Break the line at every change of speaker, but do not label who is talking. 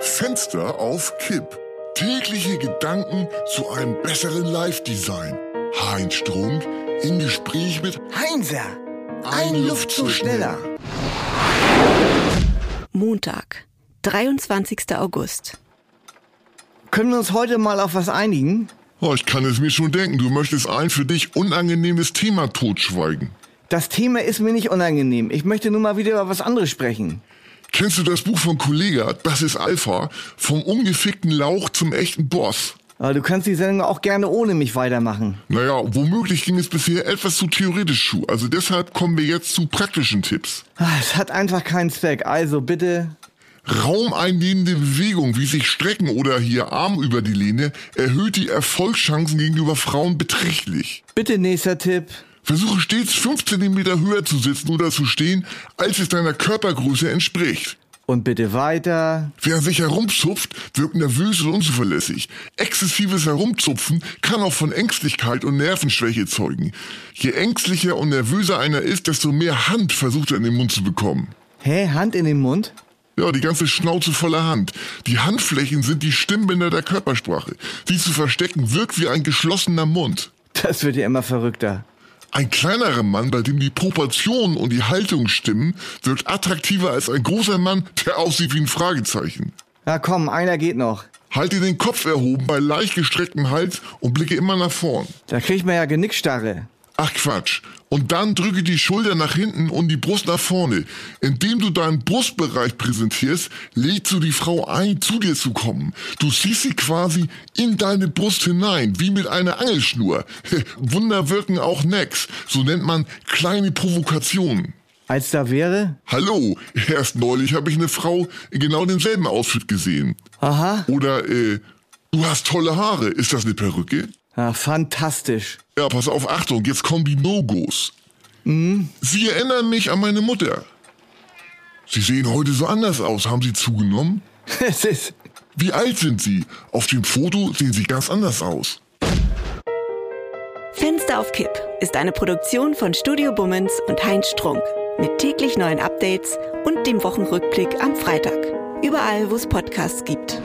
Fenster auf Kipp. Tägliche Gedanken zu einem besseren Live-Design. Heinz Strunk im Gespräch mit
Heinzer, ein Luftzug schneller.
Montag, 23. August.
Können wir uns heute mal auf was einigen?
Oh, ich kann es mir schon denken, du möchtest ein für dich unangenehmes Thema totschweigen.
Das Thema ist mir nicht unangenehm. Ich möchte nur mal wieder über was anderes sprechen.
Kennst du das Buch von Kollega, Das ist Alpha, vom ungefickten Lauch zum echten Boss?
Aber du kannst die Sendung auch gerne ohne mich weitermachen.
Naja, womöglich ging es bisher etwas zu theoretisch zu, also deshalb kommen wir jetzt zu praktischen Tipps.
Ah, Es hat einfach keinen Zweck. Also bitte.
Raumeinnehmende Bewegung, wie sich Strecken oder hier Arm über die Lehne, erhöht die Erfolgschancen gegenüber Frauen beträchtlich.
Bitte nächster Tipp.
Versuche stets 5 cm höher zu sitzen oder zu stehen, als es deiner Körpergröße entspricht.
Und bitte weiter.
Wer sich herumzupft, wirkt nervös und unzuverlässig. Exzessives Herumzupfen kann auch von Ängstlichkeit und Nervenschwäche zeugen. Je ängstlicher und nervöser einer ist, desto mehr Hand versucht er in den Mund zu bekommen.
Hä? Hand in den Mund?
Ja, die ganze Schnauze voller Hand. Die Handflächen sind die Stimmbänder der Körpersprache. Die zu verstecken wirkt wie ein geschlossener Mund.
Das wird ja immer verrückter.
Ein kleinerer Mann, bei dem die Proportionen und die Haltung stimmen, wirkt attraktiver als ein großer Mann, der aussieht wie ein Fragezeichen.
Na komm, einer geht noch.
Halte den Kopf erhoben bei leicht gestrecktem Hals und blicke immer nach vorn.
Da kriegt man ja Genickstarre.
Ach Quatsch. Und dann drücke die Schulter nach hinten und die Brust nach vorne. Indem du deinen Brustbereich präsentierst, lädst du die Frau ein, zu dir zu kommen. Du ziehst sie quasi in deine Brust hinein, wie mit einer Angelschnur. Wunder wirken auch Necks. So nennt man kleine Provokationen.
Als da wäre?
Hallo, erst neulich habe ich eine Frau in genau denselben Outfit gesehen.
Aha.
Oder, äh, du hast tolle Haare. Ist das eine Perücke?
Ah, fantastisch.
Ja, pass auf, Achtung, jetzt kommen die No-Gos. Sie erinnern mich an meine Mutter. Sie sehen heute so anders aus. Haben Sie zugenommen?
Es ist.
Wie alt sind Sie? Auf dem Foto sehen Sie ganz anders aus.
Fenster auf Kipp ist eine Produktion von Studio Bummens und Heinz Strunk. Mit täglich neuen Updates und dem Wochenrückblick am Freitag. Überall, wo es Podcasts gibt.